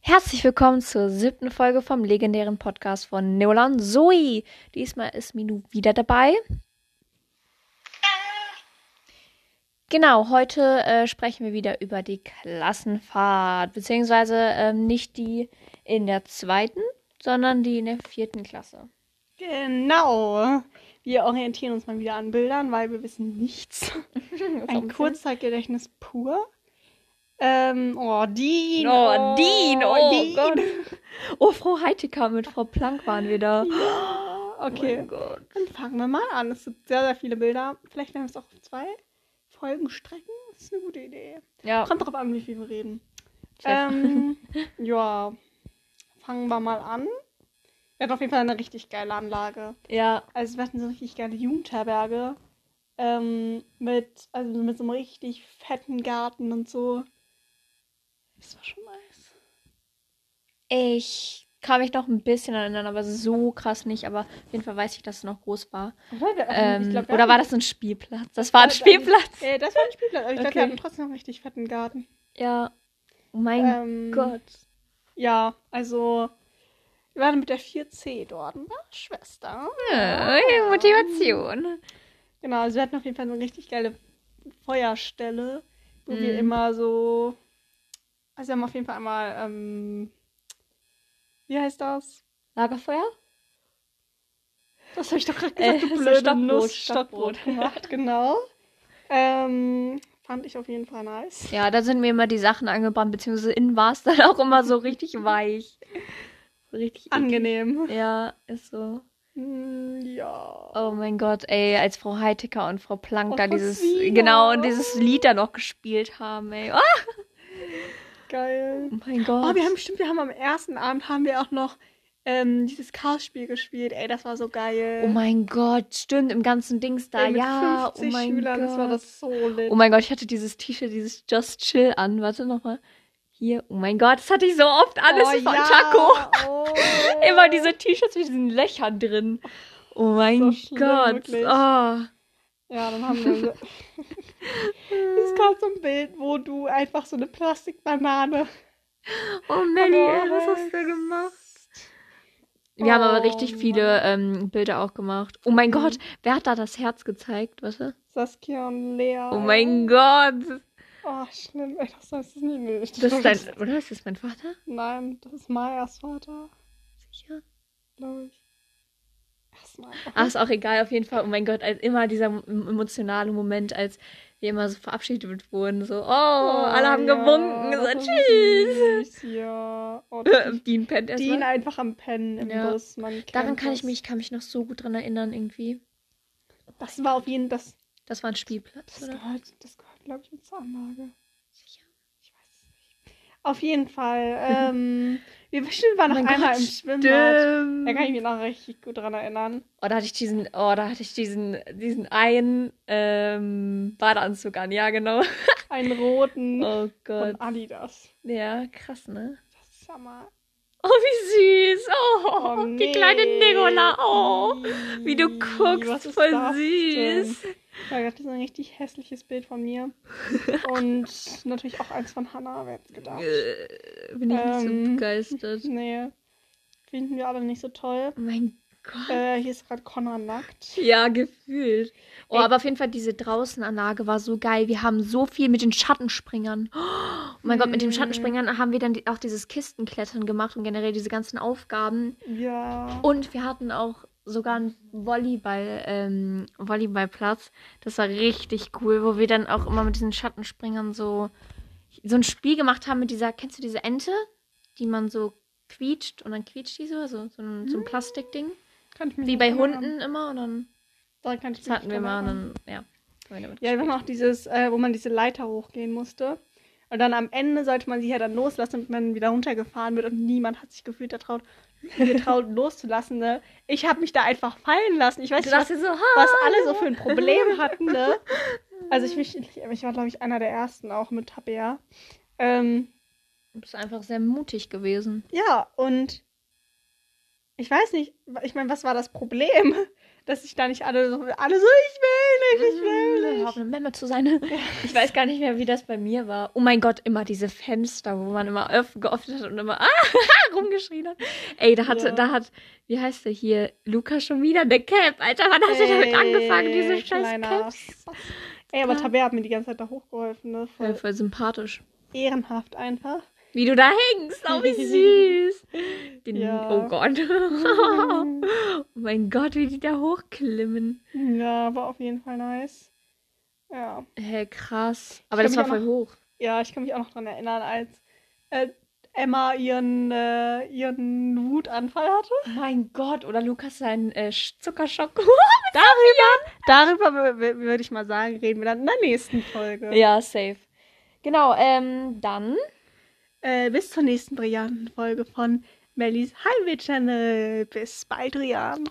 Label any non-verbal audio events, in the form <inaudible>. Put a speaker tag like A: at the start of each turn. A: Herzlich willkommen zur siebten Folge vom legendären Podcast von Neola und Zoe. Diesmal ist Minu wieder dabei. Genau, heute äh, sprechen wir wieder über die Klassenfahrt, beziehungsweise ähm, nicht die in der zweiten, sondern die in der vierten Klasse.
B: Genau. Wir orientieren uns mal wieder an Bildern, weil wir
A: <laughs>
B: wissen nichts. Ein Kurzzeitgedächtnis pur. Ähm, oh, Dean.
A: Oh, Dean, oh
B: Dean.
A: Gott. <laughs> Oh, Frau Heitiker mit Frau Plank waren wir da. Oh
B: <laughs> Okay,
A: mein Gott.
B: dann fangen wir mal an. Es gibt sehr, sehr viele Bilder. Vielleicht werden wir es auch auf zwei Folgen strecken. Das ist eine gute Idee.
A: Ja,
B: Kommt drauf an, wie viel wir reden.
A: Chef.
B: Ähm,
A: <laughs>
B: ja, fangen wir mal an. Er hat auf jeden Fall eine richtig geile Anlage.
A: ja.
B: Also wir hatten so eine richtig geile Jugendherberge. Ähm, mit, also mit so einem richtig fetten Garten und so. Das war schon nice.
A: Ich kann mich noch ein bisschen erinnern, aber so krass nicht. Aber auf jeden Fall weiß ich, dass es noch groß war.
B: Oder? Wir,
A: Ähm,
B: ich glaub, wir
A: oder
B: hatten-
A: war das ein Spielplatz? Das war ein
B: Das war ein-
A: Spielplatz.
B: Äh, das war ein Spielplatz, aber ich glaube, wir
A: Okay.
B: hatten trotzdem einen richtig fetten Garten.
A: Ja. Oh mein
B: Ähm,
A: Gott.
B: Ja, also wir waren mit der 4C dort, ne? Schwester.
A: Ja, Motivation.
B: Genau, also wir hatten auf jeden Fall so eine richtig geile Feuerstelle, wo wir
A: Mhm.
B: immer so. Also wir haben auf jeden Fall einmal, ähm, wie heißt das?
A: Lagerfeuer?
B: Das habe ich doch gerade
A: Äh,
B: gesagt, du
A: so
B: blöde
A: Stockbrot,
B: Nuss.
A: Stockbrot.
B: Stockbrot gemacht, genau. Ähm, fand ich auf jeden Fall nice.
A: Ja, da sind mir immer die Sachen angebrannt, beziehungsweise innen war es dann auch immer so
B: <laughs>
A: richtig weich. Richtig eklig.
B: Angenehm.
A: Ja, ist so.
B: Mm, Ja.
A: Oh mein Gott, ey, als Frau Heitiker und Frau Plank
B: Und
A: da
B: Frau
A: dieses,
B: Zwiebel.
A: genau, und dieses Lied da noch gespielt haben, ey. Oh
B: Geil.
A: mein Gott.
B: Oh, wir haben stimmt, wir haben am ersten Abend haben wir auch noch ähm, dieses Chaos-Spiel gespielt. Ey, das war so geil.
A: Oh mein Gott, stimmt, im ganzen Dings da,
B: Ey, mit
A: ja.
B: 50
A: oh mein
B: Schülern,
A: Gott.
B: das war das so lit.
A: Oh mein Gott, ich hatte dieses T-Shirt, dieses Just Chill an. Warte nochmal. Hier, oh mein Gott, das hatte ich so oft an. Das
B: Oh,
A: ist von
B: ja.
A: Taco.
B: Oh.
A: <laughs> Immer diese T-Shirts mit diesen Löchern drin. Oh mein
B: So schlimm,
A: Gott.
B: wirklich.
A: Ah.
B: Ja, dann haben wir. so-
A: <laughs>
B: Es gab so ein Bild, wo du einfach so eine Plastikbanane
A: Oh, Melli,
B: Aber-
A: ey, was hast du gemacht? Wir haben aber
B: Oh,
A: richtig viele ähm, Bilder auch gemacht. Oh mein Gott, wer hat da das Herz gezeigt? Warte.
B: Saskia und Lea.
A: Oh mein Gott.
B: Oh, schlimm, ey, das heißt es nie nicht.
A: Das ist dein, oder ist das mein Vater?
B: Nein, das ist Mayas Vater,
A: Sicher?
B: glaube ich. Erstmal.
A: Ach, ist auch egal, auf jeden Fall. Oh mein Gott, als immer dieser m- emotionale Moment, als wir immer so verabschiedet wurden, so, oh, alle haben gewunken, gesagt,
B: Oh,
A: tschüss.
B: tschüss. Ja.
A: <laughs>
B: Oh, die-
A: Dean pennt
B: die ihn
A: erstmal.
B: einfach am Pennen im
A: Ja.
B: Bus. Man kennt
A: Daran kann ich
B: das.
A: mich, kann mich noch so gut dran erinnern, irgendwie.
B: Das war auf jeden Fall. Das,
A: Das war ein Spielplatz,
B: das
A: oder?
B: gehört, das gehört glaube ich, mit zur Anlage.
A: Sicher.
B: Ich weiß es nicht. Auf jeden Fall.
A: <laughs>
B: Ähm, wir bestimmt waren noch
A: mein
B: einmal
A: Gott,
B: im Schwimmbad. Da kann ich
A: Stimmt.
B: mich noch richtig gut dran erinnern.
A: Oh, da hatte ich diesen, oh, da hatte ich diesen, diesen einen ähm, Badeanzug an, ja, genau.
B: Einen roten
A: Oh Gott.
B: von Adidas.
A: Ja, krass, ne?
B: Das ist ja mal.
A: Oh, wie süß. Oh,
B: Oh,
A: die kleine
B: nee.
A: Nicola. Oh.
B: Ii,
A: Wie du guckst,
B: was ist
A: voll
B: das denn?
A: süß.
B: Ja, das ist ein richtig hässliches Bild
A: <laughs>
B: von mir. Und natürlich auch eins von Hannah, wer hätte gedacht.
A: Äh, bin ich nicht so
B: Ähm.
A: begeistert.
B: Nee, finden wir alle nicht so toll.
A: Oh mein Gott.
B: Äh, hier ist gerade Connor nackt.
A: Ja, gefühlt. Oh,
B: Ey.
A: aber auf jeden Fall, diese Draußenanlage war so geil. Wir haben so viel mit den Schattenspringern. Oh mein Gott, mit den
B: Hm.
A: Schattenspringern haben wir dann die, auch dieses Kistenklettern gemacht und generell diese ganzen Aufgaben.
B: Ja.
A: Und wir hatten auch sogar einen Volleyball, ähm, Volleyballplatz. Das war richtig cool, wo wir dann auch immer mit diesen Schattenspringern so, so ein Spiel gemacht haben mit dieser, kennst du diese Ente, die man so quietscht und dann quietscht die so, also so, so ein,
B: Mhm.
A: so ein Plastikding.
B: Kann ich mich
A: Wie
B: nicht
A: bei
B: erinnern.
A: Hunden immer und dann
B: Da kann ich
A: das
B: mich
A: hatten wir
B: dran
A: mal und
B: erinnern.
A: dann, ja. haben wir damit
B: Ja, wir
A: gespielt.
B: haben auch dieses, äh, wo man diese Leiter hochgehen musste. Und dann am Ende sollte man sie ja dann loslassen, damit man wieder runtergefahren wird. Und niemand hat sich gefühlt getraut, getraut loszulassen. Ne? Ich habe mich da einfach fallen lassen. Ich weiß
A: Du
B: nicht, was,
A: dachtest so, ha!
B: was alle so für ein Problem hatten. Ne? Also ich, mich, ich war, glaube ich, einer der Ersten auch mit Tabea. Ähm,
A: Du bist einfach sehr mutig gewesen.
B: ja, und <laughs> ich weiß nicht, ich meine, was war das Problem? Dass sich da nicht alle so, alle so, ich will nicht, ich will nicht.
A: überhaupt Äh, eine Memme zu sein. Ich weiß gar nicht mehr, wie das bei mir war. Oh mein Gott, immer diese Fenster, wo man immer öff- geöffnet hat und immer ah, <laughs> rumgeschrien hat. Ey, da hat,
B: Ja.
A: da hat, wie heißt der hier? Luca schon wieder eine Cap. Alter, wann hat er damit angefangen, diese
B: Ey,
A: scheiß
B: kleiner
A: Cap?
B: Spaß. Ey, aber Tabea hat mir die ganze Zeit da hochgeholfen, ne?
A: Voll,
B: Voll
A: voll sympathisch.
B: ehrenhaft <laughs> einfach.
A: Wie du da hängst, oh wie
B: <laughs>
A: süß. Den,
B: Ja.
A: Oh Gott. <laughs> oh
B: Mhm.
A: mein Gott, wie die da hochklimmen.
B: ja, war auf jeden Fall nice. Ja.
A: Hä, krass. Aber das
B: kann mich
A: war
B: auch
A: voll hoch.
B: Ja, ich kann mich auch noch dran erinnern, als äh, Emma ihren, äh, ihren Wutanfall hatte.
A: Mein Gott, oder Lukas sein äh, Sch- Zuckerschock. <laughs>
B: Darüber wür- wür- würde ich mal sagen, reden wir dann in der nächsten Folge.
A: ja, safe. Genau, ähm, dann.
B: Äh, bis zur nächsten Brillanten Folge von Mellies Highway Channel. Bis bald, Rian.